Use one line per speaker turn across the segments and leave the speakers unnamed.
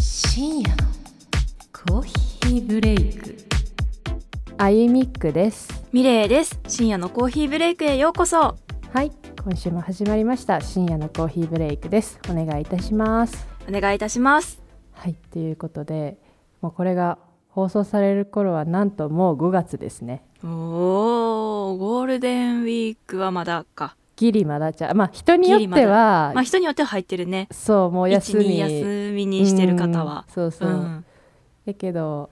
深夜のコーヒーブレイク
あゆみっくです
ミレイです深夜のコーヒーブレイクへようこそ
はい今週も始まりました深夜のコーヒーブレイクですお願いいたします
お願いいたします
はいということでもうこれが放送される頃はなんともう5月ですね
おーゴールデンウィークはまだか
ギリまだちゃまあ人によっては、
まあ人によっては入ってるね
そうもう休み
一二休みにしてる方は
うんそうそう、
うん
だけど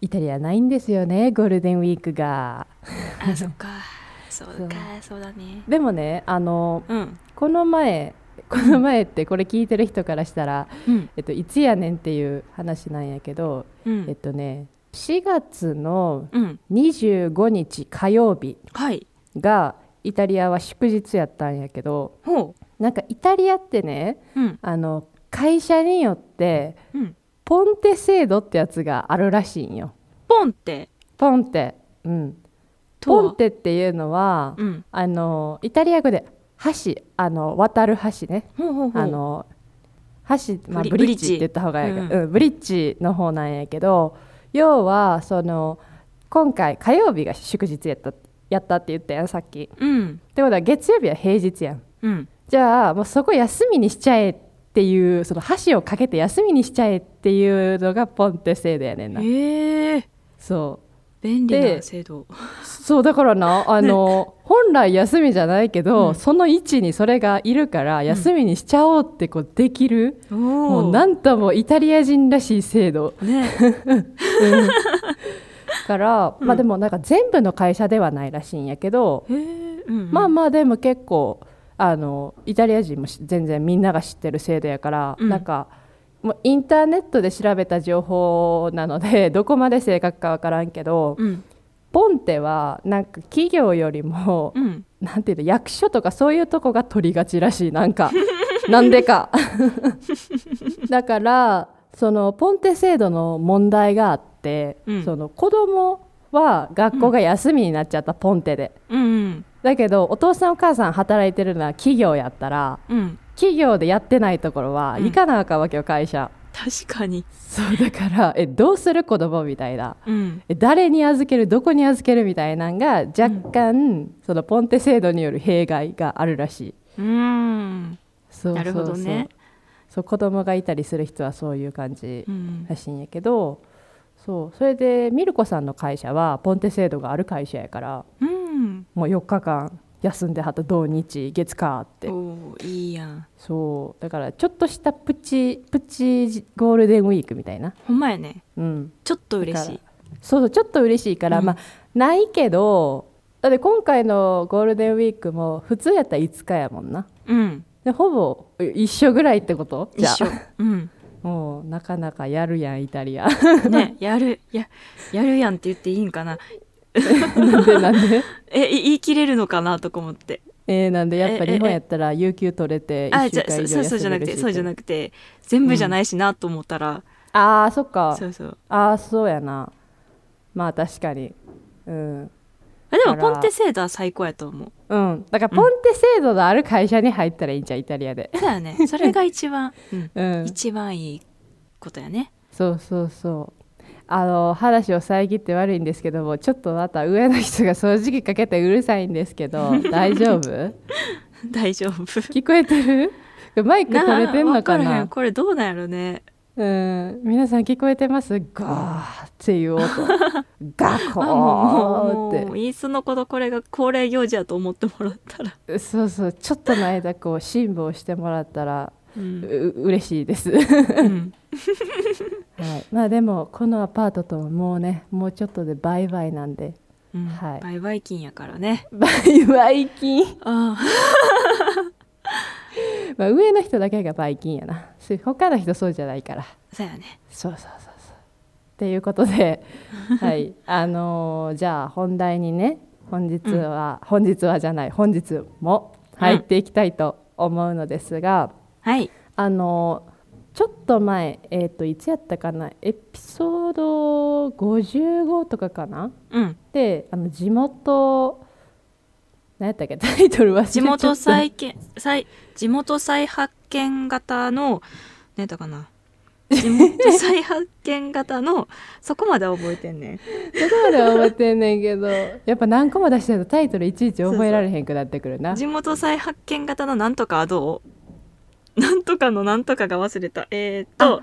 イタリアないんですよねゴールデンウィークが
あそっか そうかそうだね
でもねあの
うん
この前この前ってこれ聞いてる人からしたら、
うん
えっと、いつやねんっていう話なんやけど、え
う
っ
ん
とね4月の
うん
25日火曜日
はい
がイタリアは祝日やったんやけど
ほ
なんかイタリアってね
ううん
あの会社によって
うん
ポンテ制度ってやつがあるらしいんよ。
ポンって
ポンテ、うん、
とは
ポンテっていうのは、
うん
あのイタリア語で橋あの渡る橋ね
ほうほうほう
あの橋、まあ、
ブリ
ブリッ
ブリッジ
ジって言った方がいいか、
うん
うんブリッジの方なんやけど要はその今回火曜日が祝日やったやったって言ったやんさっき。って
うん
ことは月曜日は平日やん
うん
じゃあもうそこ休みにしちゃえっていうその箸をかけて休みにしちゃえっていうのがポンテ制度やねんな
ええ
そ
便利
で
な制度
うそうだから なあの、本来休みじゃないけど、
うん
その位置にそれがいるから休みにしちゃおうってこうできる、
お
も
も
うなんともイタリア人らしい制 度
ね
から、
うん
まあでもなんか全部の会社ではないらしいんやけど、
へえうん
まあ
あ
まあでも結構あのイタリア人もし全然みんなが知ってる制度やから、
うん
なんかもうインターネットで調べた情報なのでどこまで正確かわからんけど、
うん
ポンテはなんか企業よりも、
うん
なんていうの役所とかそういうとこが取りがちらしいなん かなんでかだからそのポンテ制度の問題があって、
うん
その子供は学校が休みになっちゃった、ポンテで
うん
だけどお父さんお母さん働いてるのは企業やったら
うん
企業でやってないところは
うん
行かなあかんわけよ、会社
確かに
そうだからえどうする子供みたいな
うん
え誰に預けるどこに預けるみたいなんが若干、そのポンテ制度による弊害があるらしい
うん
そうそうそう
なるほどね
そう子供がいたりする人はそういう感じ
うん
らしいんやけど、そうそれでミルコさんの会社はポンテ制度がある会社やから
うん
もう4日間休んではった土日月火って
おーいいやん
そうだからちょっとしたプチプチゴールデンウィークみたいな、
ほんまやね
うん、
ちょっと嬉し
だ
い
からそうそうちょっと嬉しいから、
うん
まあないけどだって今回のゴールデンウィークも普通やったら5日やもんな
うん
でほぼ一緒ぐらいってこと
一
じゃあ
緒 うん
もうなかなかやるやんイタリア
ねやるややるやんって言っていいんかな
なんでなんで
えい言い切れるのかなとか思って
えー、なんでやっぱ
ええ
日本やったら有給取れて
あ
1
じ
週
ゃあ
間
そ
以上
そうそうじ
休
ゃ
め
な
る
く
して
そうじゃなくて全部じゃないしなと思ったら
ああそっか
そうそう
ああそうやなまあ確かにうん、
あで
あ
も
ら
ポンテ制度は最高やと思う
うん、だからポンテ制度のある会社に入ったらいいんじゃんイタリアで
そうや ねそれが一番うん
うん
一番いいことやね
そうそうそうあの話を遮って悪いんですけどもちょっとまた上の人が掃除機かけてうるさいんですけ ど大丈夫
大丈夫
聞こえてるマイク取れてんのか
わら
な
へんこれどうなんやろね
うん、皆さん聞こえてますガーっていう 音ガコ
あもうもうもう
ーっ
いっそのことこれが恒例行事やと思ってもらったら、
てそうそうちょっとの間こう辛抱してもらったら
う
うん嬉しいです、
うん
はい、まあでもこのアパートとももうねもうちょっとで売買なん で
う ん
はい
売買金やからね
売買金、
ああ
まあ、上の人だけが売金やなす他の人そうじゃないから
そうやね
そうそうそうそうっていうこと ではいあのーじゃあ本題にね本日は、本日はじゃない本日も入っていきたいと思うのですが、
はい
あのーちょっと前えっ、といつやったかなエピソード55とかかな
うん
であの地元何やったっけタイトル忘れちゃった
地元再建再地元再発見型の何やったかな地元再発見型の そこまでは覚えてんねん
どこまでは覚えてんねんけどやっぱ何個も出してるとタイトルいちいち覚えられへんくなってくるな
地元再発見型のなんとかはどう なんとかのなんとかが忘れたえー、っと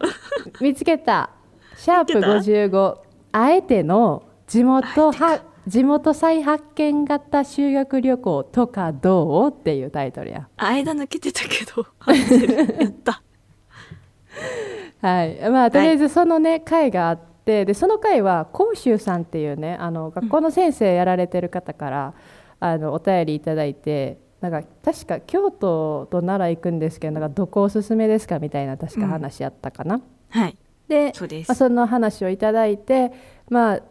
見つけたシャープ55あえての地元は地元再発見型修学旅行とかどうっていうタイトルや
間抜けてたけど 合ってるやった
はいまあとりあえずそのね、会があってでその会は甲州さんっていうねあの学校の先生やられてる方から、あのお便りいただいてなんか確か京都と奈良行くんですけどなんかどこおすすめですかみたいな確か話やったかな。
はい
で
そうです
まあ、その話をいただいて、まあ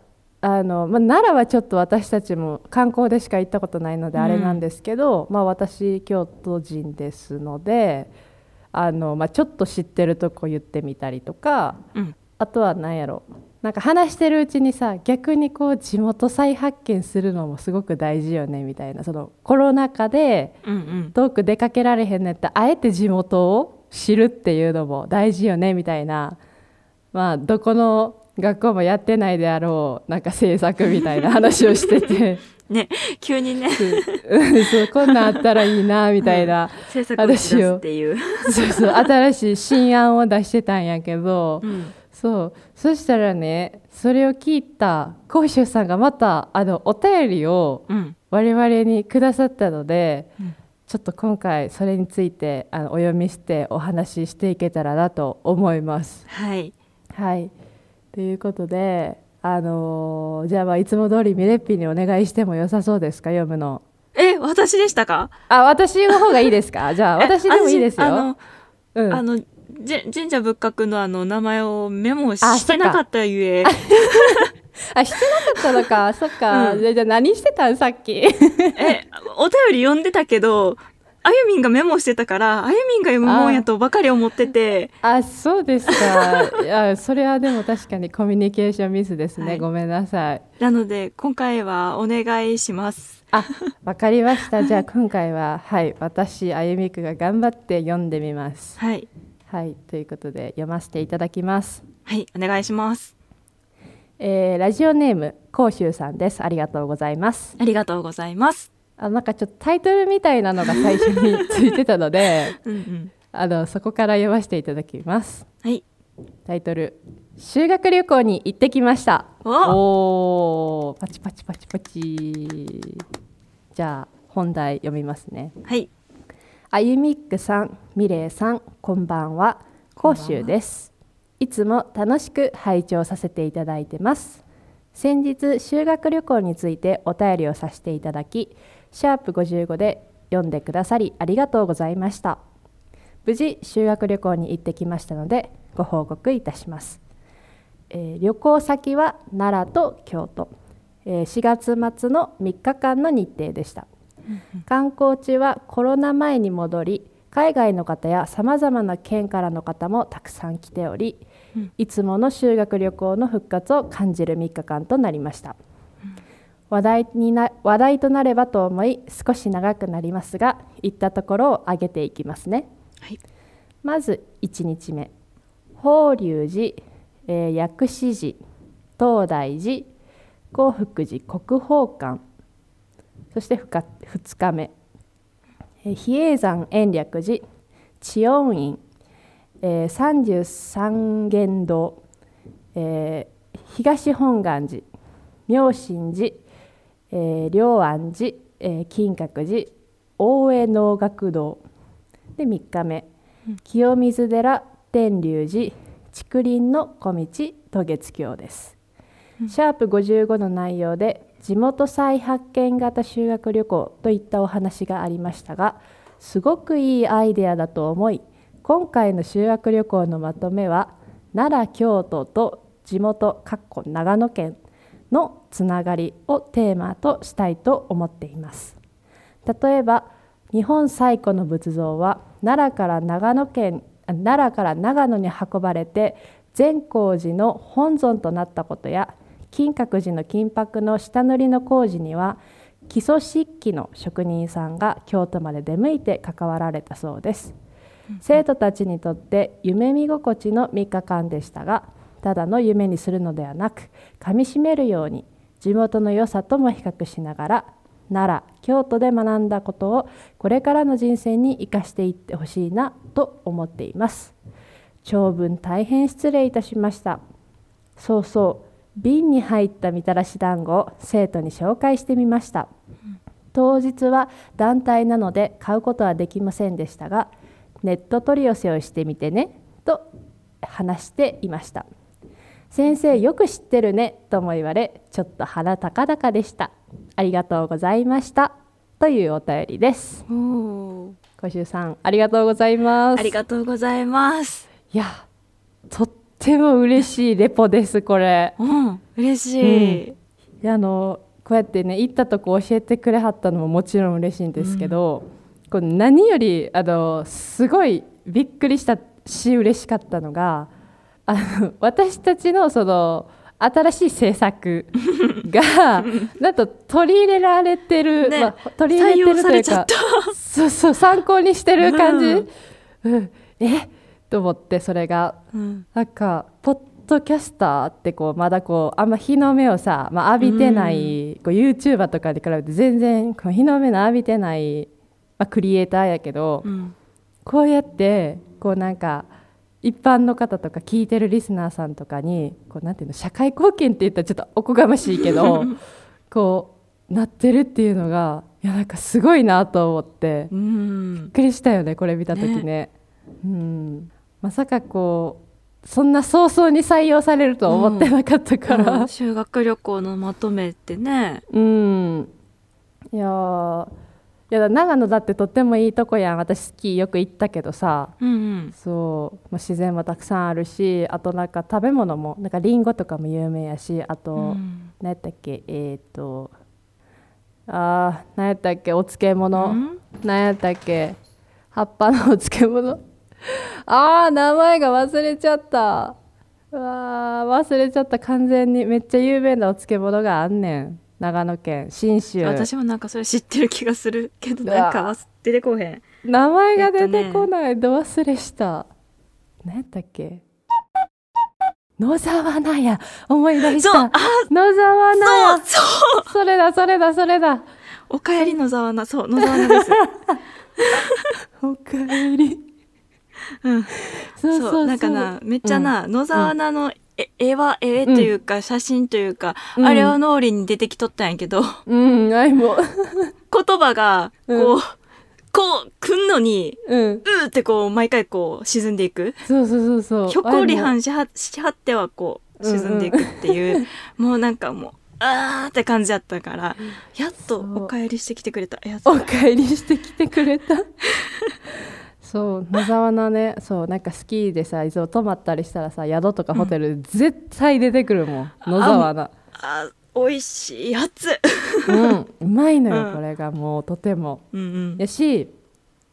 あのまあ、奈良はちょっと私たちも観光でしか行ったことないので
うん
あれなんですけど、まあ、私京都人ですのであの、まあ、ちょっと知ってるとこ言ってみたりとか
うん
あとは何やろなんか話してるうちにさ逆にこう地元再発見するのもすごく大事よねみたいなそのコロナ禍で
うんうん
遠く出かけられへんねってあえて地元を知るっていうのも大事よねみたいなまあどこの学校もやってないであろうなんか制作みたいな話をしてて
ね急にね
うんそうこんなんあったらいいなみたいな、
制作を出すっていう、
そうそう新しい新案を出してたんやけど、
うん、
そうそしたらねそれを聞いた甲州さんがまたあのお便りを
うん
我々にくださったので、
うん
ちょっと今回それについてあのお読みしてお話ししていけたらなと思います。
はい
はいということで、あのーじゃあまあいつも通りミレッピにお願いしても良さそうですか読むの。
え私でしたか
あ私の方がいいですか じゃあ
え
私でもいいです
あの
よ。うん、
あの、じ神社仏閣のあの、名前をメモ
あ
してなかった ゆえ、
あしてなかったの かそっか、
うん
じゃあじゃあ何してたんさっき。
え、お便り読んでたけど、あゆみんがメモしてたから、あゆみんが読むもんやとばかり思ってて、
あそうですかいやそれはでも確かにコミュニケーションミスですね、
はい
ごめんなさい
なので、今回はお願いします。
あわかりましたじゃあ今回ははい私あゆみくが頑張って読んでみます
はい。
はいということで読ませていただきます、
はい、お願いします。
えーラジオネーム甲州さんですありがとうございます
ありがとうございます。
あなんかちょっとタイトルみたいなのが最初についてたので
うんうん。
あのそこから読ませていただきます
はい。
タイトル修学旅行に行ってきました
お
おーパチパチパチパチじゃあ本題読みますね
はい。
あゆみっくさんみれいさんこんばんは甲州ですいつも楽しく拝聴させていただいてます先日修学旅行についてお便りをさせていただきシャープ55で読んでくださりありがとうございました無事修学旅行に行ってきましたのでご報告いたしますえー旅行先は奈良と京都、えー4月末の3日間の日程でした観光地はコロナ前に戻り海外の方やさまざまな県からの方もたくさん来ており、
うん
いつもの修学旅行の復活を感じる3日間となりました、話題にな話題となればと思い少し長くなりますが行ったところを挙げていきますね
はい。
まず1日目法隆寺、えー薬師寺東大寺興福寺国宝館そして2日目、えー比叡山延暦寺知恩院、えー三十三間堂、えー東本願寺妙心寺、えー、両安寺、えー金閣寺大江能楽堂で3日目清水寺天龍寺竹林の小道渡月橋です、シャープ55の内容で地元再発見型修学旅行といったお話がありましたがすごくいいアイデアだと思い今回の修学旅行のまとめは奈良京都と地元かっこ長野県のつながりをテーマとしたいと思っています例えば日本最古の仏像は奈良から長野県あ奈良から長野に運ばれて善光寺の本尊となったことや金閣寺の金箔の下塗りの工事には基礎漆器の職人さんが京都まで出向いて関わられたそうです。生徒たちにとって夢見心地の3日間でしたがただの夢にするのではなくかみしめるように地元の良さとも比較しながら奈良京都で学んだことをこれからの人生に生かしていってほしいなと思っています長文大変失礼いたしましたそうそう瓶に入ったみたらし団子を生徒に紹介してみました当日は団体なので買うことはできませんでしたがネット取り寄せをしてみてねと話していました先生よく知ってるねとも言われちょっと腹高々でしたありがとうございましたというお便りです
おー
小衆さんありがとうございます
ありがとうございます。
いやとっても嬉しいレポですこれ
うん、嬉しい。
いやあのこうやってね行ったとこ教えてくれはったのももちろん嬉しいんですけど、この何よりあのすごいびっくりしたし嬉しかったのがあの私たちのその新しい政 策がなんと取り入れられてる、
ね
まあ、取り入れてると
採
い
用され
う
ちゃ
か
っ
そうそう参考にしてる感じ、
うん
うんえと思ってそれが
うん、
なんかポッドキャスターってこうまだこうあんま日の目をさ、まあ、浴びてない、こう YouTuber とかに比べて全然こう日の目の浴びてない、まあ、クリエイターやけど、
うん、
こうやってこうなんか一般の方とか聞いてるリスナーさんとかにこうなんていうの社会貢献って言ったらちょっとおこがましいけ どこうなってるっていうのがいやなんかすごいなと思って。
うん
びっ、くりしたよねこれ見た時ね
ね
うん、まさかこうそんな早々に採用されるとは思ってなかったから
修学旅行のまとめってね。
うん、いやーいやだ長野だってとってもいいとこやん私スキーよく行ったけどさ
うん、うん、
そう、まあ、自然もたくさんあるしあとなんか食べ物もなんかリンゴとかも有名やしあと、
うん
何やったっけえっ、とあー何やったっけお漬物、
うん
何やったっけ葉っぱのお漬物あー名前が忘れちゃったうわー忘れちゃった完全にめっちゃ有名なお漬物があんねん長野県信州
私もなんかそれ知ってる気がするけど、
うわ
なんか出てこへん。
名前が出てこない、ど忘れした何やったっけ野沢菜や思い出し
そう
た
あ
野沢菜や
そう、そう。
それだそれだそれだ
おかえり野沢菜、そう、野沢菜 です。
おかえり。
うん
そうそう
そう、なんかな、めっちゃな、野沢菜の絵絵は、絵というか、写真というか、
うん
あれは脳裏に出てきとったんやけど、
うん、あいも。
言葉が、こう、こう、くんのに、
うん。
うーってこう、毎回こう、沈んでいく。
そうそうそうそう。
虚構離
あいも
反しはしはってはこう、沈んでいくっていう、 もうなんかもう、あーって感じやったから、やっ
そ
と
う
お帰りしてきてくれた。やっと
お帰りしてきてくれた。 そう野沢菜ねそうなんかスキーでさいつも泊まったりしたらさ宿とかホテル絶対出てくるもん、野沢菜
あー、美味しいやつ。
うんうまいのよ、
うん
これが もうとても
うん
やし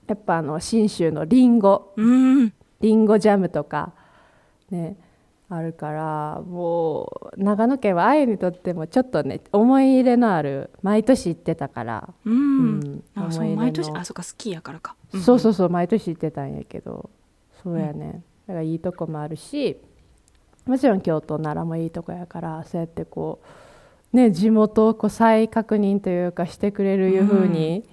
やっぱあの信州のりんご
うん。うん。
リンゴジャムとかねあるからもう長野県はあゆにとってもちょっとね思い入れのある毎年行ってたから、
う。
うん
あ
思
そう
い入れの
毎年あそうか好きやからか、ん
そうそうそう毎年行ってたんやけどそうやね、だからいいとこもあるしもちろん京都奈良もいいとこやからそうやってこうね地元をこう再確認というかしてくれるいうふうに、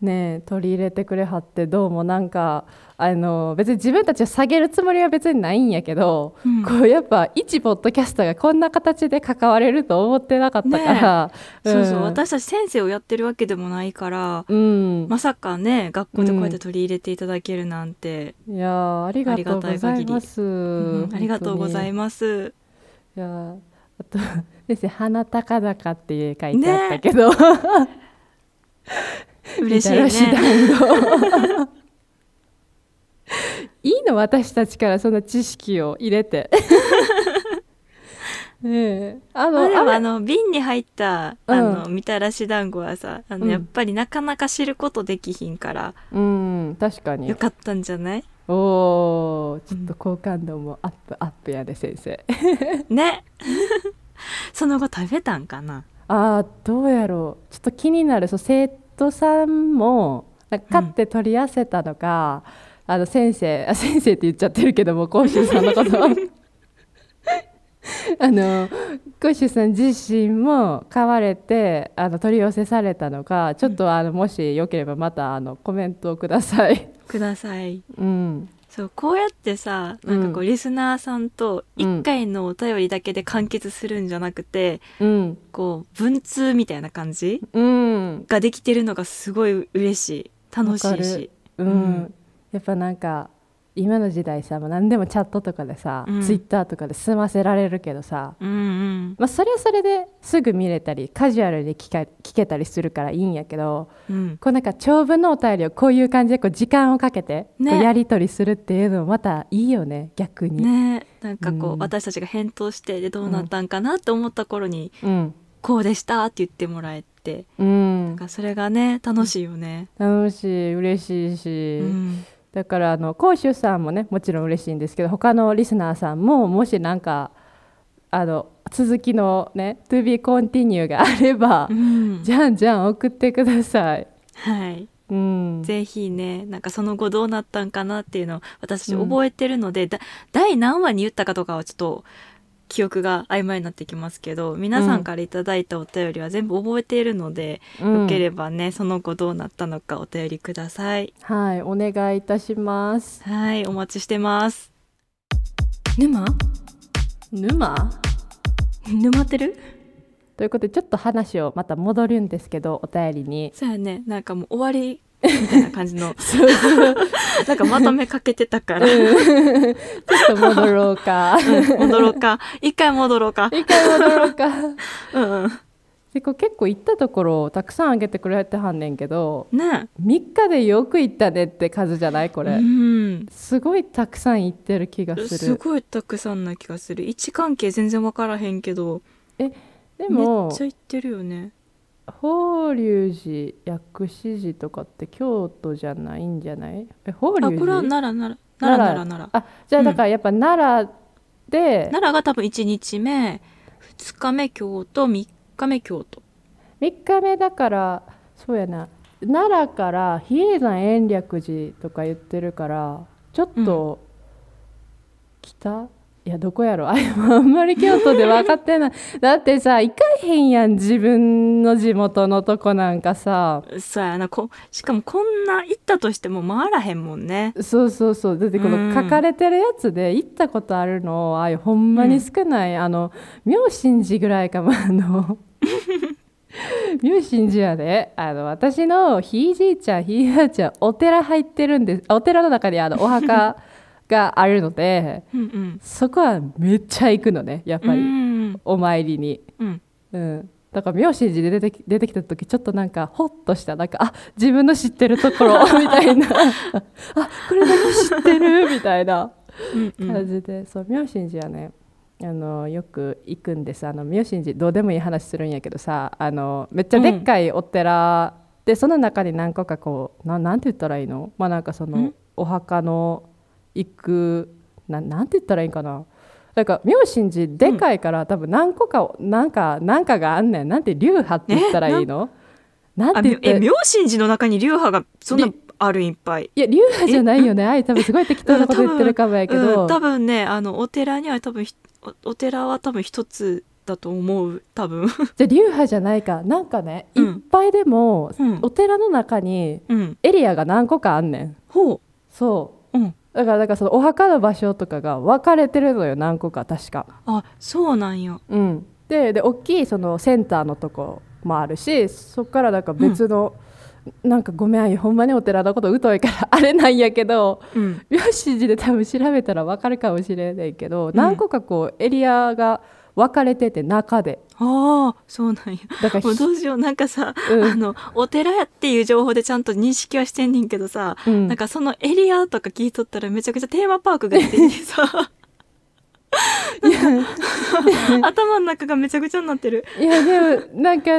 ね取り入れてくれはってどうもなんかあの別に自分たちを下げるつもりは別にないんやけど、
うん
こうやっぱ一ポッドキャスターがこんな形で関われると思ってなかったから、
そうそうん私たち先生をやってるわけでもないから
うん、
まさかね学校でこうやって取り入れていただけるなんて、
いやーありがとうございます、
うんありがとうござい
ま
ます
すいやーあと先生「花高々」って書いてあったけど、
嬉し
みた
い
ら
ね
し団子 いいの私たちからそんな知識を入れ てねえあの
あでも
あ
あ
れ
の瓶に入ったあの、
う
みたらし団子はさあの、
うん
やっぱりなかなか知ることできひんから
うん確かに
よかったんじゃない
おーちょっと好感度もアップアップやで先生
ね その後食べたんかな
あーどうやろうちょっと気になるそう生徒さんもなんか買って取り寄せたのか、あの先生あ先生って言っちゃってるけども講師さんの ことあの講師さん自身も買われてあの取り寄せされたのかちょっとあのもしよければまたあのコメントをください。
ください
うん、
そうこうやってさなんかこう、
うん
リスナーさんと
うん
1回のお便りだけで完結するんじゃなくて、
うん、
こう文通みたいな感じ
うん、
ができてるのがすごい嬉しい楽し
わか
い
る
し
う
うん
ん、やっぱなんか今の時代さもう何でもチャットとかでさ、
うん
ツイッターとかで済ませられるけどさ、
うんうん
まあ、それはそれですぐ見れたりカジュアルに聞か聞けたりするからいいんやけど
うん
こうなんか長文のお便りをこういう感じでこう時間をかけてこう
ね
やり取りするっていうのもまたいいよね逆に。
ねなんかこう、
うん
私たちが返答してでどうなったんかなって思った頃に、
うん
こうでしたって言ってもらえて
うん
なん、かそれがね楽しいよね。
楽しい嬉しいし、
うん
だからあの講師さんもねもちろん嬉しいんですけど他のリスナーさんももしなんかあの続きのね「To be continue」があれば、
うん
じゃんじゃん送ってください。
はい、
うん、
ぜひねなんかその後どうなったんかなっていうのを私たち
うん
覚えてるので、だ第何話に言ったかとかはちょっと記憶が曖昧になってきますけど皆さんからいただいたお便りは全部覚えているので、
うん
よければねその後どうなったのかお便りください。
はいお願いいたします。
はいお待ちしてます。
沼
沼
沼ってる
ということでちょっと話をまた戻るんですけどお便りに。
そうやねなんかもう終わりみたいな感 じの なんかまとめかけてたから、
ちょっと戻ろう か。
戻ろうか一回戻ろうか
一回戻ろうか。
うん
でこう結構行ったところたくさんあげてくれてはんねんけど
ね
3日でよく行ったねって数じゃないこ
こ
れ、
うん
すごいたくさん行ってる気がす
す
る
ごいたくさんな気がする位置関係全然分からへんけど
で
め
も
っちゃ言ってるよね
法隆寺薬師寺とかって京都じゃないんじゃないえ法
あ
隆寺
これは奈良奈良奈良奈良奈良
あじゃあだからやっぱ奈良で
奈良が多分1日目2日目京都3日目京都
3日目だからそうやな奈良から比叡山延暦寺とか言ってるからちょっと北、いやどこやろ ああんまり京都で分かってないだってさ行かへんやん自分の地元のとこなんかさ
そうやなこしかもこんな行ったとしても回らへんもんね
そうそうそうだってこ
うん
の書かれてるやつで行ったことあるのああいうほんまに少ない、あの妙心寺ぐらいかもあ の妙心寺はねあの私のひいじいちゃんひいばあちゃんお寺入ってるんですお寺の中にあのお墓があるので
うんうん
そこはめっちゃ行くのねやっぱり、
うん
お参りに。
うん
うんだから妙心寺で出てき出てきた時ちょっとなんかホッとしたなんかあ自分の知ってるところみたいな あこれだけ知ってるみたいな
うんうん
感じで、そう妙心寺はねあのよく行くんですあの妙心寺どうでもいい話するんやけどさあのめっちゃでっかいお寺、でその中に何個かこうななんて言ったらいいのまあなんかその、
うん
お墓の行くななんて言ったらいいんかななんか妙心寺でかいから、多分何個かなんかなんかがあんねんなんて流派って言ったらいいのなん
あ
て
み
言っ
え
て
妙心寺の中に流派がそんな
り
あるいっぱい。
いや流派じゃないよねあい多分すごい適当なこと言ってるかもやけど、
うん、多分ねあのお寺には多分ひおお寺は多分一つだと思う多分。
じゃあ流派じゃないかなんかね、
うん
いっぱいでも、
うん
お寺の中に
うん、
エリアが何個かあんねん
ほ、
そう
うん、
うだからだからそのお墓の場所とかが分かれてるのよ何個か確か
あそうなんや。
うんでで大きいそのセンターのとこもあるしそっからなんか別の、なんかごめんあゆほんまにお寺のこと疎いから あれなんやけど
うん、
妙心寺で多分調べたら分かるかもしれないけど、何個かこうエリアが分かれてて中で
ああそうなんや。
だから
もうどうしようなんかさ、
うん
あのお寺やっていう情報でちゃんと認識はしてんねんけどさ、
うん
なんかそのエリアとか聞いとったらめちゃくちゃテーマパークが出てきてさ。なんか頭の中がめちゃくちゃになってる
いやでもなんか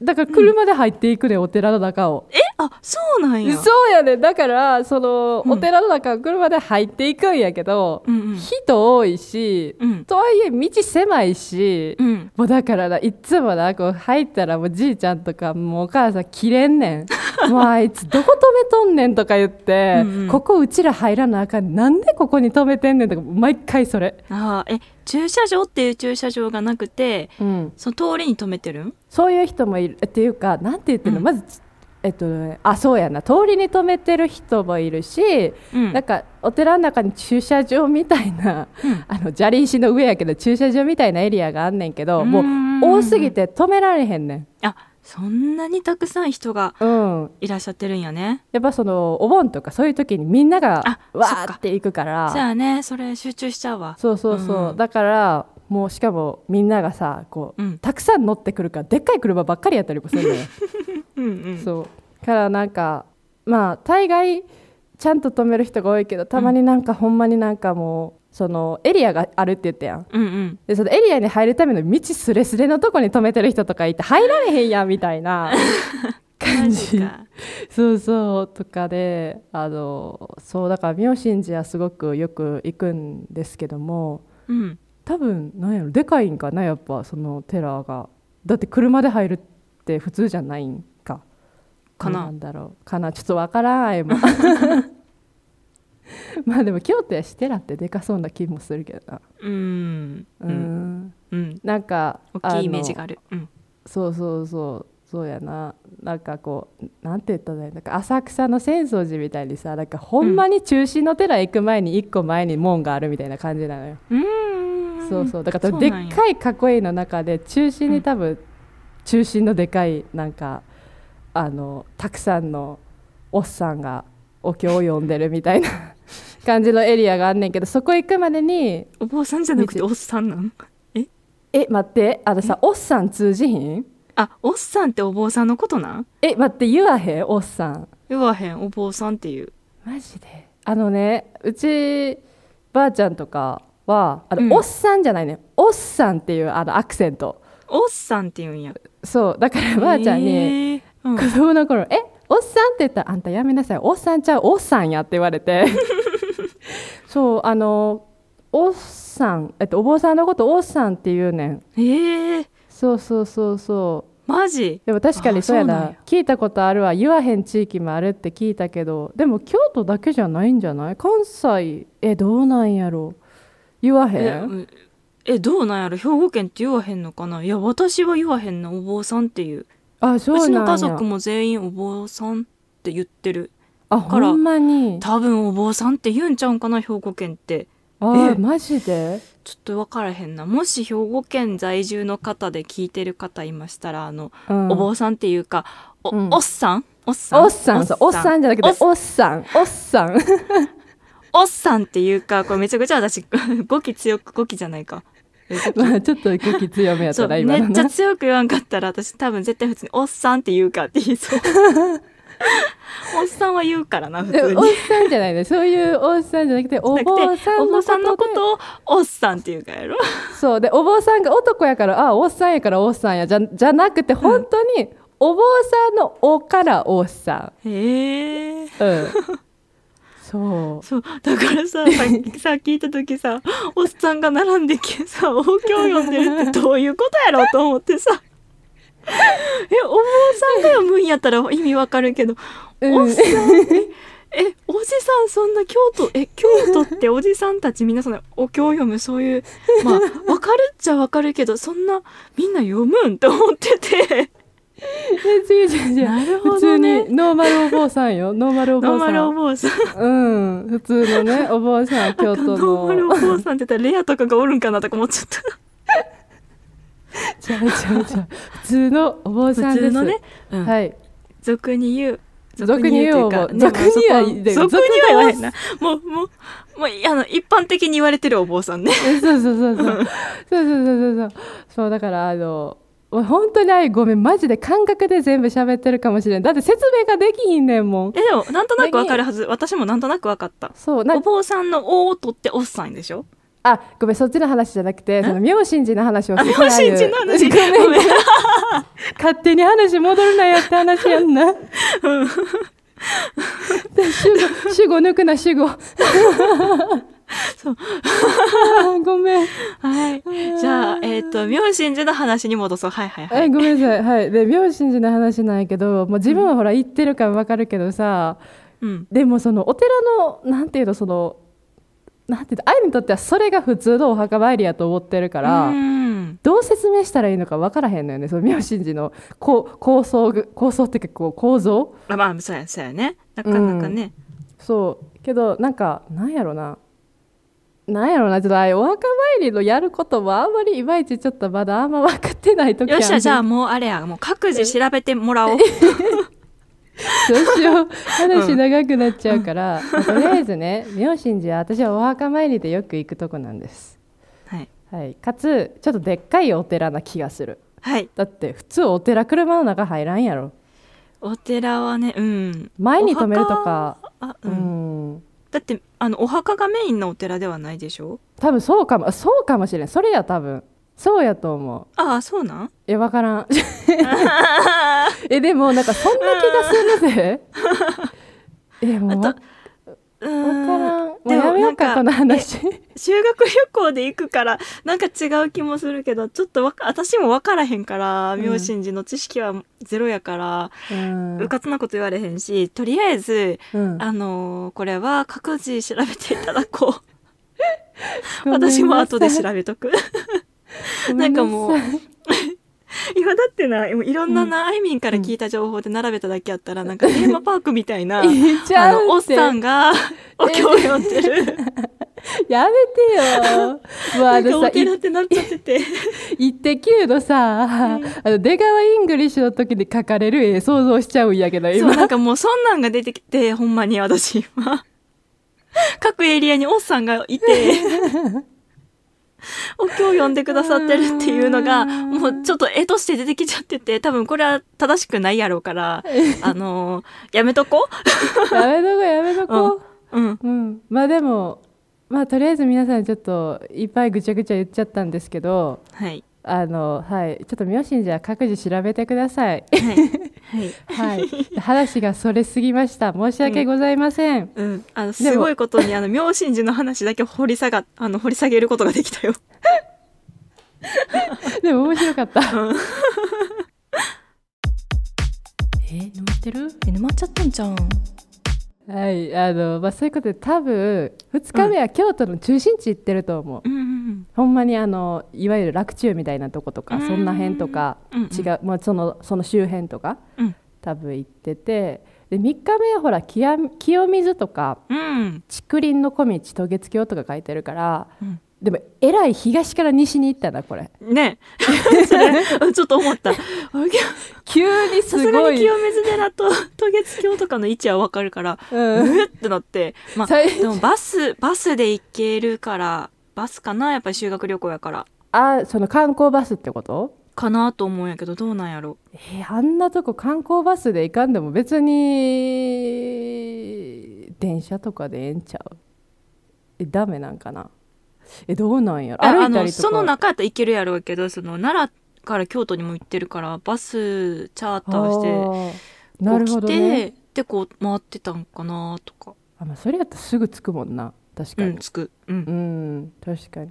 だから車で入っていくね、お寺の中を
えあそうなんや
そうやねだからその、
うん
お寺の中車で入っていくんやけど、
うんうん
人多いし、
うん
とはいえ道狭いし、
うん
もうだからないっつもなこう入ったらもうじいちゃんとかもうお母さん切れんねん もうあいつどこ止めとんねんとか言って
うんうん
ここうちら入らなあかんなんでここに止めてんねんとか毎回それ、
あーえ駐車場っていう駐車場がなくてその通りに止めてるん
そういう人もいるっていうかなんて言ってんの、
うん
まずえっとねあそうやな通りに止めてる人もいるし、
うん
なんかお寺の中に駐車場みたいな、
うん
あの砂利石の上やけど駐車場みたいなエリアがあんねんけど、
うーん
もう多すぎて止められへんねん。
あそんなにたくさん人が
うん、
いらっしゃってるんやね
やっぱそのお盆とかそういう時にみんなが
あ
わ
そっ
ー
か
って行くから
じゃあねそれ集中しちゃうわ
そうそうそう、
うん
だからもうしかもみんながさこう、
うん
たくさん乗ってくるからでっかい車ばっかりやったりもするのよ
うんうん
そうからなんかまあ大概ちゃんと止める人が多いけどたまになんかほんまになんかもうそのエリアがあるって言ったやん
うんうん
でそのエリアに入るための道すれすれのとこに止めてる人とかいて入られへんやんみたいな感じ
マジか
そうそうとかであのそうだから妙心寺はすごくよく行くんですけども
うん
多分なんやろでかいんかなやっぱそのテラーがだって車で入るって普通じゃないんか
かなん
だろうかなちょっとわからんあい もまあでも京都やしテラってでかそうな気もするけどな
うん
う
うんんうん
なんか
大きいイメージ
あの
があるうん
そうそうそうそうやななんかこうなんて言ったらいいのなんか浅草の浅草寺みたいにさなんかほんまに中心の寺行く前に一個前に門があるみたいな感じなのよ、
うん
そうそうだから
そう
で
なんや
っかいかっこいいの中で中心に多分中心のでかいなんかあのたくさんのおっさんがお経を読んでるみたいな 感じのエリアがあんねんけどそこ行くまでに
お坊さんじゃなくておっさんなん
え待ってあのさおっさん通じひん
あおっさんってお坊さんのことなん
え待って言わへんおっさん
言わへんお坊さんっていう
マジであのねうちばあちゃんとかはあの、
うん
おっさんじゃないねおっさんっていうあのアクセント
おっさんって言うんや
そうだから ばあちゃんに
へえうん
子供の頃「えおっさん」って言ったら「あんたやめなさいおっさんちゃうおっさんや」って言われ てそうあのおっさん、えっと、お坊さんのことおっさんって言うねん
へえ
そうそうそうそう
マジ
でも確かにそうやな
あそうなんや
聞いたことあるわ言わへん地域もあるって聞いたけどでも京都だけじゃないんじゃない関西えどうなんやろ言わへ
え
ん
うんえどうなんやろ兵庫県って言わへんのかないや私は言わへんなお坊さんっていう
あそううなん
ち
や
の家族も全員お坊さんって言ってる
あ
から
ほんまに
多分お坊さんって言うんちゃうんかな兵庫県って
あ
え
マジで
ちょっと分からへんなもし兵庫県在住の方で聞いてる方いましたらあの、
うん
お坊さんっていうかお,、
うん
おっさんおっさん
おっさんそうおっさんじゃなくておっさんおっさん
おっさんっていうかこれめちゃくちゃ私 語気強く語気じゃないかえ語気
まあちょっと空気強めやっ
そ
た
う
な
め
今の
っちゃ
な
強く言わんかったら私多分絶対普通に「おっさん」って言うかって言 いそうおっさんは言うからな普
で
通
お
に
っさんじゃないねそういうおっさんじゃなくてお
なくて
坊さん
お
の
坊さんのこ
こと
を「おっさん」って言うからやろ
とそうでお坊さんが男やからあおっさんやからおっさんやじゃじゃなくて本当にお坊さんの「お」から「おっさ
へえ
ん」 うんそう
そうだからささっ きさ聞いた時さおっさんが並んできさお経を読んでるってどういうことやろうと思ってさ えお坊さんが読むんやったら意味わかるけど、
うん
おっさんえおじさんそんな京都え京都っておじさんたちみんなそのお経を読むそういうまあわかるっちゃわかるけどそんなみんな読むんって思ってて
え違う違う違う
なる
普通にノーマルお坊さんよノーマルお
ノー
坊
マル
さ
お
ん
坊さん
うん普通の ねお坊さん京都
ノーマルお
の
坊さんって言ったらレアとかがおるんかなとか思っちゃっ た
違う違う違う普通のお坊さん
普
です
通のね、うん
はい
俗に言う
俗に言う
といか
お坊俗には
ね
で
まあそこ
俗
俗
に
に
は
は言わへんなもうもうもういあの一般的に言われてるお坊さんね
えそうそうそうそうそうそうそうそうそうだからあの本当にあいごめんマジで感覚で全部喋ってるかもしれんだって説明ができひんねんもん
えでもなんとなくわかるはず私もなんとなくわかった
そうな
お
んか
坊さんの「お」を取って「おっさん」でしょ
あごめんそっちの話じゃなくてその妙心寺の話をして
本心地の話ごめん
勝手に話戻るなよって話やんな。で主語主語抜くな主語。
そう
あーごめん。
はいじゃあえっ、と妙心寺の話に戻そうはいはいは
え
い
ごめんなさい。はい。で妙心寺の話なんやけど、もう自分はほら言ってるからわかるけどさ、
うん
でもそのお寺のなんていうのそのなんていうの愛にとってはそれが普通のお墓参りやと思ってるから。
うん
どう説明したらいいのか分からへんのよねその妙心寺のこう構想ぐ構想っていうかこう構造
あまあそうやそうやねなかなかね、
そうけどなんかなんやろななんやろなちょっとああいうお墓参りのやることもあんまりいまいちちょっとまだあんま分かってない時
よっしゃじゃあ
あ
もうあれやもう各自調べてもらおう
どうし よう話長くなっちゃうから、まあとりあえずね 妙心寺は私はお墓参りでよく行くとこなんです、
はい
はい、かつちょっとでっかいお寺な気がする
はい
だって普通お寺車の中入らんやろ
お寺はねうん
前に止めるとか
あ、
う
う
んん
だってあのお墓がメインのお寺ではないでしょ
多分そうかもそうかもしれんそれや多分そうやと思う
ああそうなん
え分から んえでもなんかそんな気がする ぜえもうわ
あ
わ
う
から
ー
ん
ん
もうやめようかこ
でも
の
なんか
話
修学旅行で行くからなんか違う気もするけどちょっとわか私も分からへんから
うん
明神寺の知識はゼロやから、
うん
うかつなこと言われへんしとりあえず、
うん
あのーこれは各自調べていただこう
ごめんなさい
私も後で調べとく
ごめさい
なんかもう今だってなもういろんななあいみんから聞いた情報で並べただけやったら、なんかテーマパークみた いな。
言っち
あ
ゃうって
のおっさんがお経を読んでる
やめて よもう
な
あ
んか
の
お
さ
寺ってなっちゃってて
「イッテ Q!」のさあの出川イングリッシュの時に書かれる絵想像しちゃうんやけど
そう
今
なんかもうそんなんが出てきてほんまに私今各エリアにおっさんがいてお経を読んでくださってるっていうのがもうちょっと絵として出てきちゃってて多分これは正しくないやろうからあのーやめとこ
やめとこやめとこ、
う、 うん、
うん、まあでもまあとりあえず皆さんちょっといっぱいぐちゃぐちゃ言っちゃったんですけど
はい
あのはいちょっと妙心寺は各自調べてくださ い
はい、は
は
い
い話がそれすぎました申し訳ございません、
うん、あのすごいことにあの妙心寺の話だけ掘り下があの掘り下げることができたよ。
でも面白かった
え沼ってる
え沼っちゃったんじゃん。
はいあの、まあ、そういうことで多分2日目は京都の中心地行ってると思う、
うんうん
ほんまにあのいわゆる洛中みたいなとことか
うん
そんな辺とか
うんうん
違う、まあ、そのその周辺とか
うん
多分行っててで3日目はほら清清水とか
うん
竹林の小道渡月橋とか書いてるから
うん。
でもえらい東から西に行ったなこれ
ねそれちょっと思った。
急に
さすがに清水寺と渡月橋とかの位置はわかるから、
う
うんえってなって、まあ
最
でもバスバスで行けるからバスかなやっぱり修学旅行やから
あその観光バスってこと
かなと思うんやけどどうなんやろ。
えーあんなとこ観光バスで行かんでも別に電車とかでええんちゃうえダメなんかなえどうなんやろ
あ
歩
あ
いた
の
りとか
その中やったら行けるやろうけどその奈良から京都にも行ってるからバスチャーターして。
あーなるほどね
起きてでこう回ってたんかなとか
あ、まあ、それやったらすぐ着くもんな確か
う
に、
んつくうん
うん確かにい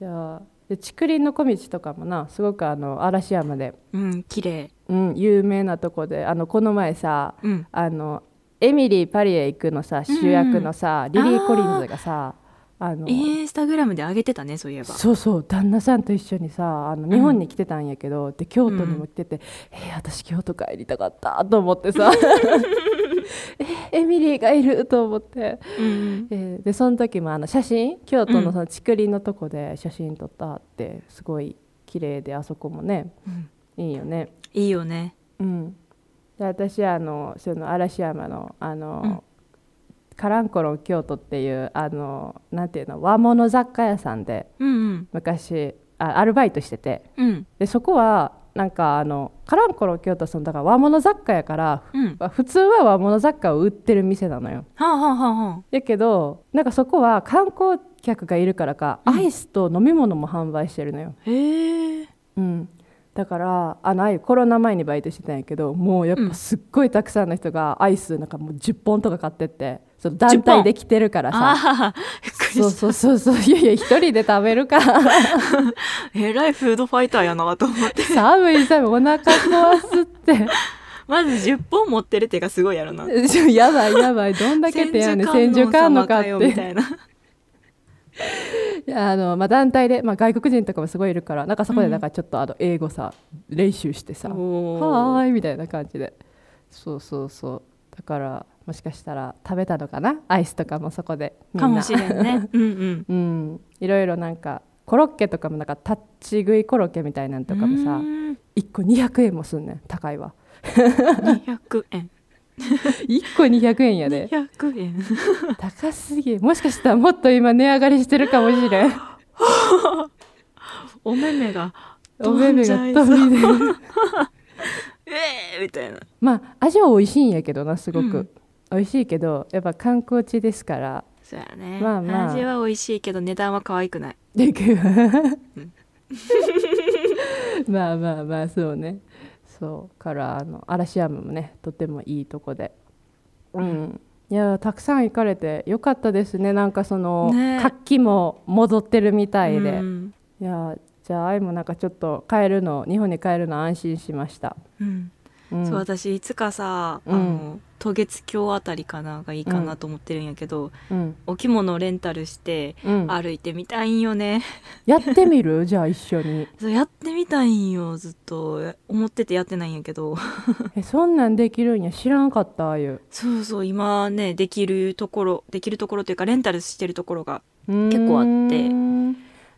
やーで竹林の小道とかもなすごくあの嵐山で、
うん綺麗
うん、有名なとこであのこの前さ
うん
あのエミリー・パリへ行くのさ主役のさ、リリー・コリンズがさあの
インスタグラムで上げてたねそういえば
そうそう旦那さんと一緒にさあの日本に来てたんやけど、で京都にも来てて「えー私京都帰りたかった」と思って さ「えエミリーがいる」と思って、
うん
えーでその時もあの写真京都のその竹林のとこで写真撮ったってすごい綺麗であそこもね
うん
いいよね。
いいよね
うん、で私はあのその嵐山のあの、カランコロン京都っていうあのなんていうの和物雑貨屋さんで
うん
昔あアルバイトしてて
うんうん
でそこはなんかあのカランコロン京都さんだから和物雑貨やから、
うん
まあ普通は和物雑貨を売ってる店なのよ
はあはあはあはあ
やけどなんかそこは観光客がいるからか、
うん
アイスと飲み物も販売してるのよ、
へえ
うん、だからあのあゆコロナ前にバイトしてたんやけどもうやっ
うん
ぱすっごいたくさんの人がアイスなんかもう10本とか買ってってその団体で来てるからさ
ああびっくりした
そうそうそうそういやいや一人で食べるか
えらいフードファイターやなと思って
寒い寒いお腹壊すって
まず10本持ってる手がすごいやろな
やばいやばいどんだけ手やねん千手観音かっ
よ
て
みたいな
いやあのまあ、団体で、まあ、外国人とかもすごいいるからなんかそこ
う
で
ん
なんかちょっとあの英語さ練習してさ「は
おー
ーい」みたいな感じでそうそうそうだからもしかしたら食べたのかなアイスとかもそこでみんな
かもしれんねうんうん
うんいろいろなんかコロッケとかもなんかタッチ食いコロッケみたいなんとかも
う
さ
ーん
1個200円もすんねん高いわ
200円
1個200円やで
200円
高すぎもしかしたらもっと今値上がりしてるかもしれん
お目目が
お目目が
飛
飛 び出る
えーみたいな
まあ味は美味しいんやけどなすごく、
うん
美味しいけどやっぱ観光地ですから
そうやね、
まあまあ
味は美味しいけど値段は可愛くない
でく
ん
まあまあまあそうねそうからあの嵐山もねとてもいいとこでうんいやーたくさん行かれてよかったですねなんかその、
ね
活気も戻ってるみたいで、
うん
いやーじゃあ愛もなんかちょっと帰るの日本に帰るの安心しました、
うん
うん
そう私いつかさ、
うん
あの渡月橋あたりかながいいかなと思ってるんやけど、
うん
お着物をレンタルして
うん、
歩いてみたいんよね、
やってみるじゃあ一緒に
そうやってみたいんよずっと思っててやってないんやけど
えそんなんできるんや知らんかったああいう
そうそう今ねできるところできるところというかレンタルしてるところが
結
構あって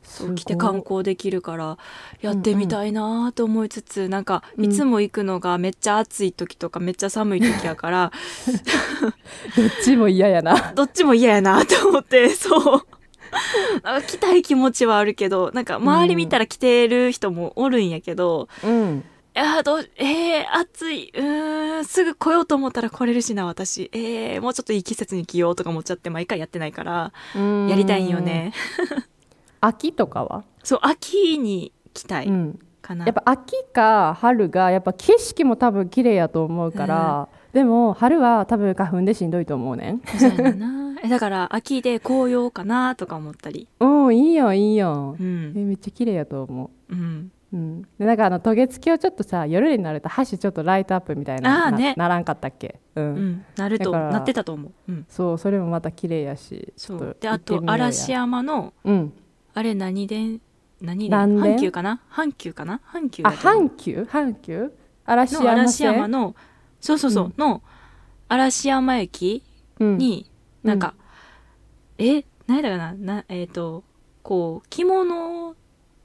そ
そう来て観光できるからやってみたいなと思いつつ、なんか
うん
いつも行くのがめっちゃ暑い時とかめっちゃ寒い時やから、
どっちも嫌やな
どっちも嫌やなと思って そう。なんか来たい気持ちはあるけどなんか周り見たら来てる人もおるんやけど、
うん
いやーどうえー、暑いうーんすぐ来ようと思ったら来れるしな私えー、もうちょっといい季節に着ようとか思っちゃって毎回やってないからやりたいんよね
秋とかは、
そう秋に来たい
うん、
かな、
やっぱ秋か春がやっぱ景色も多分綺麗やと思うから、でも春は多分花粉でしんどいと思うねん
そうやねんな えだから秋で紅葉かなとか思ったり
うんいいよいいよ
う、
え
ん
めっちゃ綺麗やと思
う
う
ん
うん、でなんかあの渡月橋ちょっとさ夜になると箸ちょっとライトアップみたいな
あー
な
ね
ならんかったっけうん、
うんなると
だから
なってたと思ううん
そうそれもまた綺麗やしち
そ
ょっ
う
と
で
行
あ
ってみよ
と
うや
嵐山の
うん
あれ何電何電
嵐電
阪急かな阪急かな阪急
あ
だと思
阪
う
急阪急嵐山
の嵐
線
山のそうそうそう、
うん
の嵐山駅
うん
に、なんか、え、何だかな、なえっ、と、こう、着物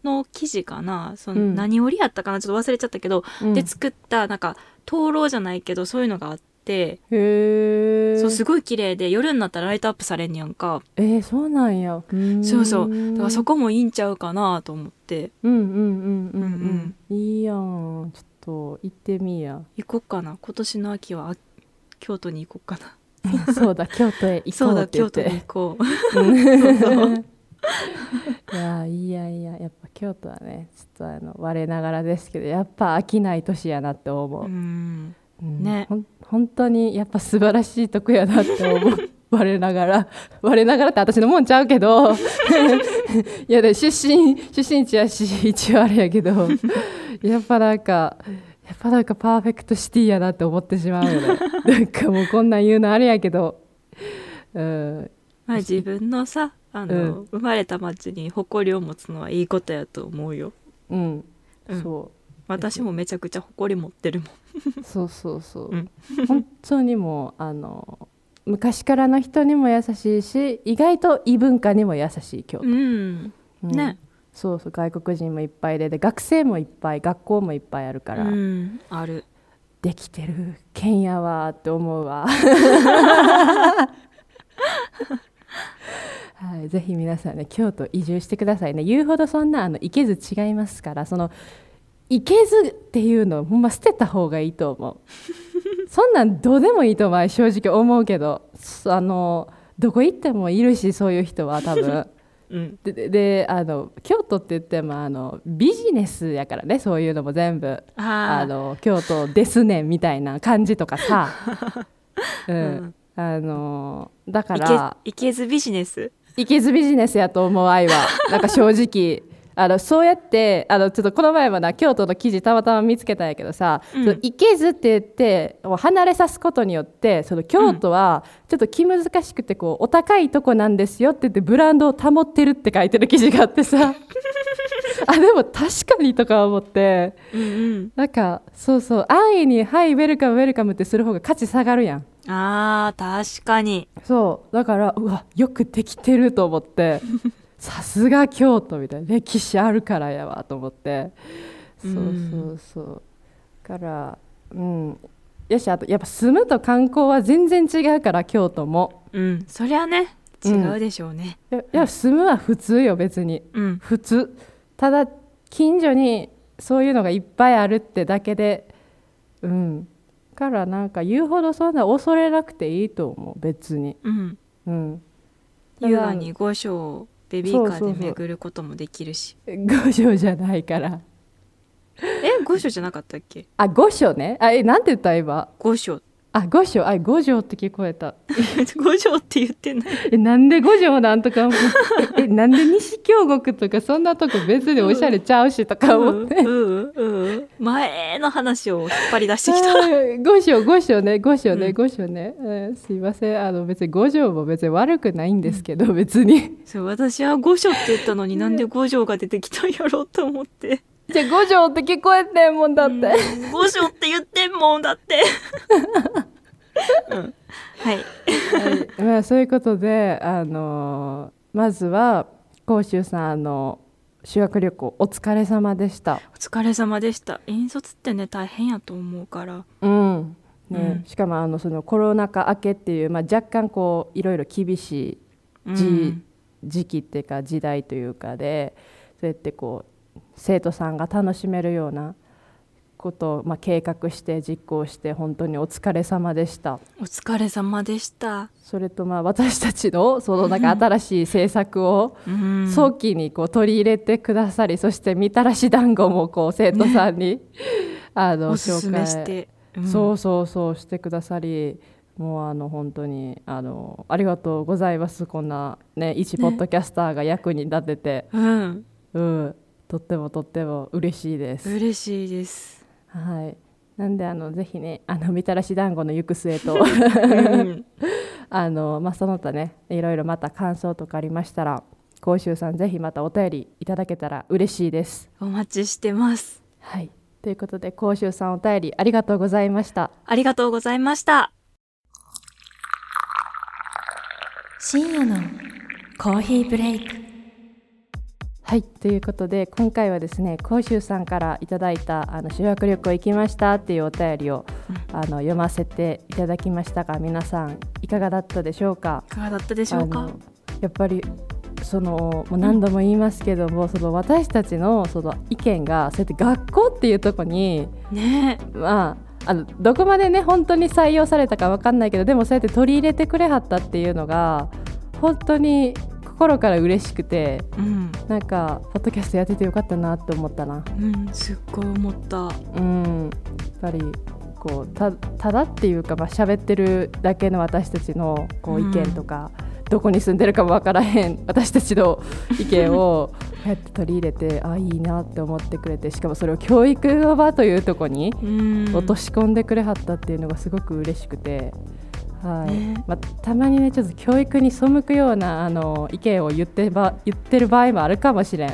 の生地かな、その、
うん
何織りやったかな、ちょっと忘れちゃったけど、
うん
で作った、なんか、灯籠じゃないけど、そういうのがあって、
へえ
そう、すごい綺麗で、夜になったらライトアップされんねやんか。
えー、そうなんやうーん
そうそう。だからそこもいいんちゃうかなと思って、
うんうんうんうんう
うんん、
いいやんちょっと行ってみいや
行こっかな。今年の秋は、あ京都に行こっかな。
そうだ京都へ行こ
そう
う
だ、
って言っ
京都に行
て
こ
うんいやいいやいややっぱ京都はねちょっとあの我ながらですけどやっぱ飽きない都市やなって思
う。う
う、
ん。
うん
ね
ほん本当にやっぱ素晴らしいとこやなって思う我ながら 我ながらって私のもんちゃうけど いやでも出身出身地やし一応あれやけどやっぱなんかやっぱなんかパーフェクトシティやなって思ってしまう よねなんかもうこんなん言うのあれやけどうん
まあ自分のさあの、生まれた町に誇りを持つのはいいことやと思うよ
うん、
うん
そ
私もめちゃくちゃ誇り持ってるもん
うそうそうそう、
うん
本当にもうあの昔からの人にも優しいし意外と異文化にも優しい京都、
うん
うん
ね
そうそう外国人もいっぱいでで学生もいっぱい学校もいっぱいあるから、
うんある
できてる県やわって思う わ。はい、ぜひ皆さんね京都移住してくださいね言うほどそんなあの行けず違いますからその行けずっていうのをほんま捨てた方がいいと 思うそんなんどうでもいいと前 正直思うけどそあのどこ行ってもいるしそういう人は多分
うん
ででであの京都って言ってもあのビジネスやからねそういうのも全部
あ
あ
ー
の京都ですねんみたいな感じとかさ、 うん
うん
あのだから
いけいけずビジネス
いけずビジネスやと思う愛 はなんか正直あのそうやってあのちょっとこの前もな京都の記事たまたま見つけたんやけどさ「
うん
そのいけず」って言ってもう離れさすことによってその京都はちょっと気難しくてこうお高いとこなんですよって言ってブランドを保ってるって書いてる記事があって さあでも確かにとか思って
うんうん
なんかそうそう安易に「はいウェルカムウェルカム」ってする方が価値下がるやん。
あー確かに
そうだからうわよくできてると思ってさすが京都みたいな歴史あるからやわと思ってそうそうそう、だからうんよしあとやっぱ住むと観光は全然違うから京都も
うんそりゃね違うでしょうね
いやいや住むは普通よ別に
うん
普通ただ近所にそういうのがいっぱいあるってだけでうんだからなんか言うほどそんな恐れなくていいと思う別に
うん
うん
優雅に御所をベビーカーで巡ることもできるし
五条じゃないから
え御所じゃなかったっけ
あ五条ねあえなんて言った今
御 所
あ五条あ五条って聞こえた
御所って言ってない
えなんで五条なんとか思ってえなんで西京極とかそんなとこ別におしゃれちゃうしとか思って、
うんうんうん前の話を引っ張り出してきた
はい五条五条ね五条ね、
うん
五条ね、うんすいませんあの別に五条も別に悪くないんですけど、別に
そう私は五所って言ったのになんで五条が出てきたんやろうと思 って
じゃあ五条って聞こえてんもんだって、
うん五所って言ってんもんだって、うん、はい
はい、まあそういうことで、あのーまずは甲州さんあの修学旅行お疲れ様でした。
お疲れ様でした引率ってね大変やと思うから
うんね
うん
しかもあのそのコロナ禍明けっていう、まあ、若干こういろいろ厳し
う
い
ん
時,、時期っていうか時代というかでそうやってこう生徒さんが楽しめるようなことを、まあ、計画して実行して本当にお疲れ様でした。
お疲れ様でした、
それとまあ私たちのそのなんか新しい政策を
うん
早期にこう取り入れてくださり、そしてみたらし団子もこう生徒さんに、 あの
おすすめして、うん
そうそうそうしてくださりもうあの本当にあのありがとうございますこんなね一ポッドキャスターが役に立てて、
うん
うんとってもとっても嬉しいです。
嬉しい です、
はいなんであのぜひねあのみたらし団子の行く末 と
うん
あの、まあ、その他ねいろいろまた感想とかありましたら甲州さんぜひまたお便りいただけたら嬉しいです。
お待ちしてます
はい、ということで甲州さんお便りありがとうございました。
ありがとうございました
深夜のコーヒーブレイク
はいということで今回はですね甲州さんからいただいたあの修学旅行行きましたっていうお便りを、あの読ませていただきましたが皆さんいかがだったでしょうか
いかがだったでしょう
あ
か
のやっぱりそのもう何度も言いますけども、その私たちのその意見がそうやって学校っていうとこに
ね
まあ、あのどこまでね本当に採用されたか分かんないけどでもそうやって取り入れてくれはったっていうのが本当に心から嬉しくて
えうん
なんかポッドキャストやっててよかったなって思ったな
うん、すっごい思った。
うんやっぱりこうたただっていうかまあ喋ってるだけの私たちのこう
うん
意見とか、どこに住んでるかも分からへん私たちの意見をこうやって取り入れてあいいなって思ってくれてしかもそれを教育の場というとこに
うん
落とし込んでくれはったっていうのがすごく嬉しくて、はい
ね
まあ、たまにねちょっと教育に背くようなあの意見を言ってば言ってる場合もあるかもし れん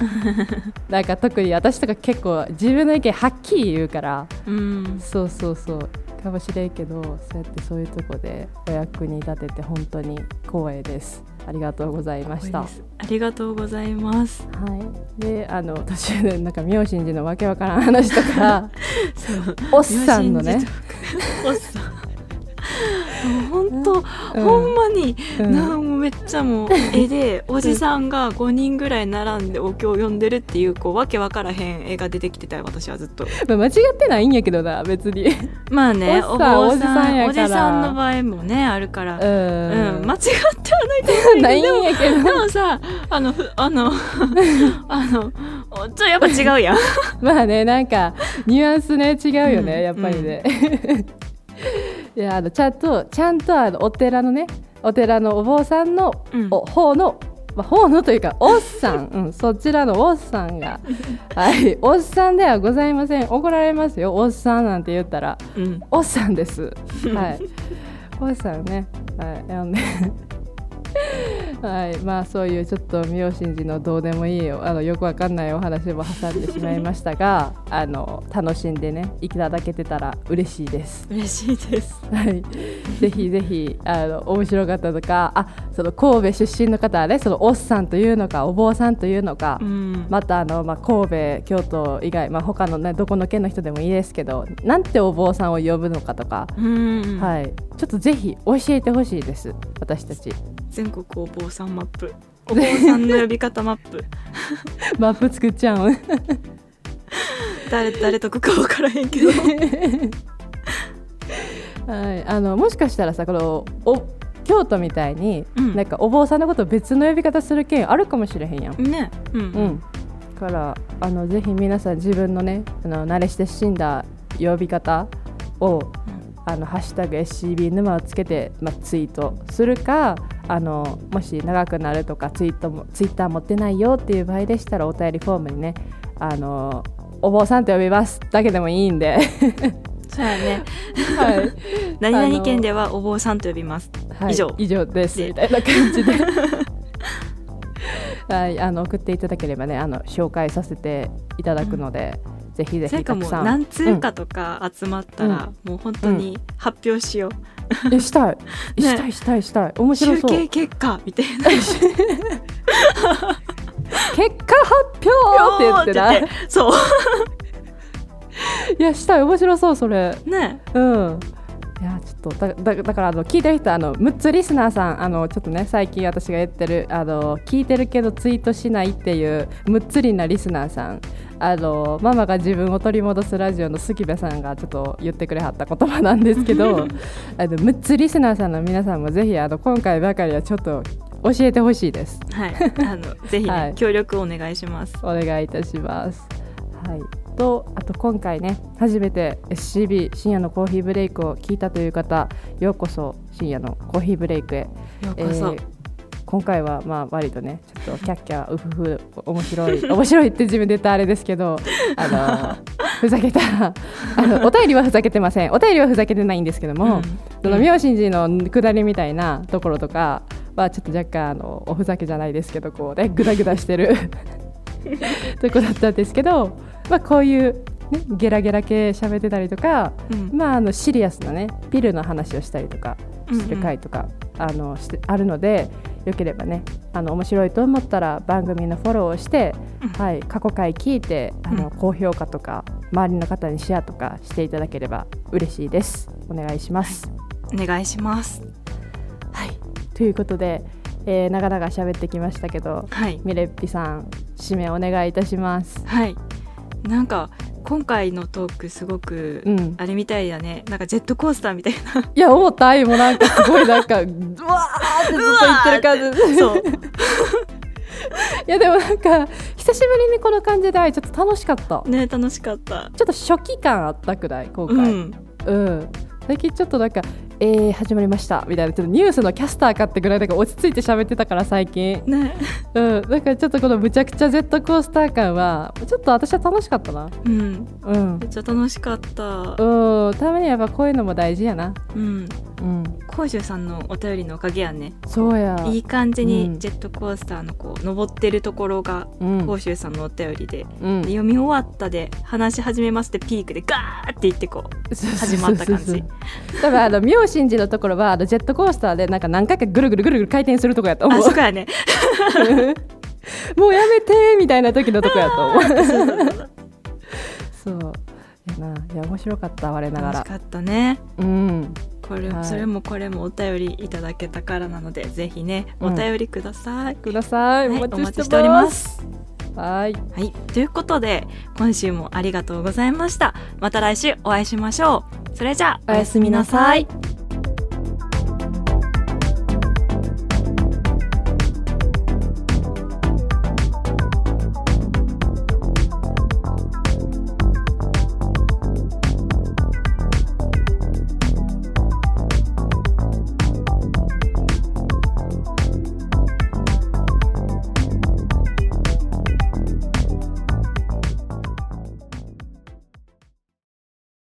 なんか特に私とか結構自分の意見はっきり言うから
うん、
そうそうそうかもしれんけどそうやってそういうとこでお役に立てて本当に光栄ですありがとうございました
多いですありがとうございます。
はい、であの途中でなんか妙心寺のわけわからん話とか
そう
おっさんのね
両親児とかおっさん。本当、
うん
ほんまに、
うん
なあもうめっちゃもう絵でおじさんが5人ぐらい並んでお経を読んでるっていうこうわけわからへん絵が出てきてたよ私はずっと
まあ間違ってないんやけどな別 に、
まあね
おっさん
坊
おじさんやから
おじさんの場合もねあるから
う
う
ん
ん、間違ってはないけど
ないんやけど
でもさあのふあの あのおちょやっぱ違うやん
まあねなんかニュアンスね違うよね、
うん
やっぱりね。 いやあのちゃんとちゃんとあのお寺のねお寺のお坊さんの、
うん
お方の、まあ、方のというかおっさん、うん、そちらのおっさん がはいおっさんではございません怒られますよおっさんなんて言ったら
うん
おっさんです。はい、おっさんね、はい、あのね はい、まあそういうちょっと妙心寺のどうでもいいよあのよくわかんないお話も挟んでしまいましたがあの楽しんでねいただけてたら嬉しいです。
嬉しいです
はい、ぜひぜひあの面白かったとかあその神戸出身の方はねそのおっさんというのかお坊さんというのか、
うん
またあの、まあ、神戸京都以外、まあ、他の、ね、どこの県の人でもいいですけどなんてお坊さんを呼ぶのかとか、
うん
はい、ちょっとぜひ教えてほしいです私た ち
全国お坊さんマップお坊さんの呼び方マップ
マップ作っちゃうん
誰誰得か分からへんけど
はい、 あのもしかしたらさこのお京都みたいに、
うん
なんかお坊さんのこと別の呼び方する県あるかもしれへんやん。
ねうん、
うん、だからあのぜひ皆さん自分のねあの慣れして死んだ呼び方をあのハッシュタグ SCB 沼をつけて、まあ、ツイートするかあのもし長くなるとかツイートもツイッター持ってないよっていう場合でしたらお便りフォームにねあのお坊さんと呼びますだけでもいいんで、
そうやね
はい
何々県ではお坊さんと呼びます
はい
以上
以上ですみたいな感じで はいあの送っていただければねあの紹介させていただくので、ぜひぜ
それ
ひ
か
たく
もう
さん
何通かとか集まったら、もう本当に発表しよう、
うんえしたい
ね
したいしたいしたい面白
集
そう
計
結
結果みたいな
果発表って言ってな
よーって言ってそ
いやしたい面白そうそれ
うね
うんいやちょっとだだだからあの聞いてる人あの6つリスナーさんあのちょっとね最近私が言ってるあの聞いてるけどツイートしないっていうむっつりなリスナーさんあのママが自分を取り戻すラジオの杉部さんがちょっと言ってくれはった言葉なんですけどあの6つリスナーさんの皆さんもぜひあの今回ばかりはちょっと教えてほしいです
はい あのぜひね、
はい
協力お願いします
お願いいたします。はい、とあと今回ね初めて SCB 深夜のコーヒーブレイクを聞いたという方ようこそ深夜のコーヒーブレイクへ。
ようこそ、
ー今回はまあ割とねちょっとキャッキャウフフ面白い 面白いって自分で言ったらあれですけどあのふざけたあのお便りはふざけてませんお便りはふざけてないんですけども、その妙心寺の下りみたいなところとかはちょっと若干あのおふざけじゃないですけどこうねグダグダしてるとこだったんですけど、まあ、こういう、ね、ゲラゲラ系喋ってたりとか、
うん
まあ、あのシリアスなねピルの話をしたりとかする回とか、あのしてあるのでよければねあの面白いと思ったら番組のフォローをして、
うん
はい、過去回聞いてあの、
うん
高評価とか周りの方にシェアとかしていただければ嬉しいです。お願いします、
お願いします
はい、ということで、えー、長々喋ってきましたけど
はい
ミレッピさん締めお願いいたします。
はいなんか今回のトークすごく、
うん、
あれみたいだねなんかジェットコースターみたいない
や思った愛もうなんかすごいなん かうわーってずっと言ってる感じ
そう
いやでもなんか久しぶりにこの感じで愛ちょっと楽しかった、
ね楽しかった
ちょっと初期感あったくらい今
う
回、
ん
うん最近ちょっとなんか「えー、始まりました」みたいなちょっとニュースのキャスターかってぐらいなんか落ち着いて喋ってたから最近
ね
うんなんかちょっとこのむちゃくちゃジェットコースター感はちょっと私は楽しかったな
うん
うん
めっちゃ楽しかった
うん、ためにやっぱこういうのも大事やな。
うん
うん、
こうじゅうさんのお便りのおかげやね
そうや。
いい感じ
うん
にジェットコースターのこう登ってるところが
うん、
こうしゅうさんのお便りで
うん
で、読み終わったで話し始めますってピークでガーって言ってこう始まった感
そうそう
じ
そうそう。多分あの妙心寺のところはあのジェットコースターでなんか何回かぐるぐるぐるぐる回転するとこやと思
あ
う
そ。こや ね
もうやめてみたいな時のとこやと思う。そう。いやな。いや面白かった我なが
楽し
ら。
かったね
うん。
これ、
はい
それもこれもお便りいただけたからなのでぜひね
うん
お便りください、
ください。
はい
お
お
待
待
ち
ち
し
してて
お
お
り
り
ま
ますす。
はい。
はい、ということで今週もありがとうございましたまた来週お会いしましょうそれじゃあおやすみなさい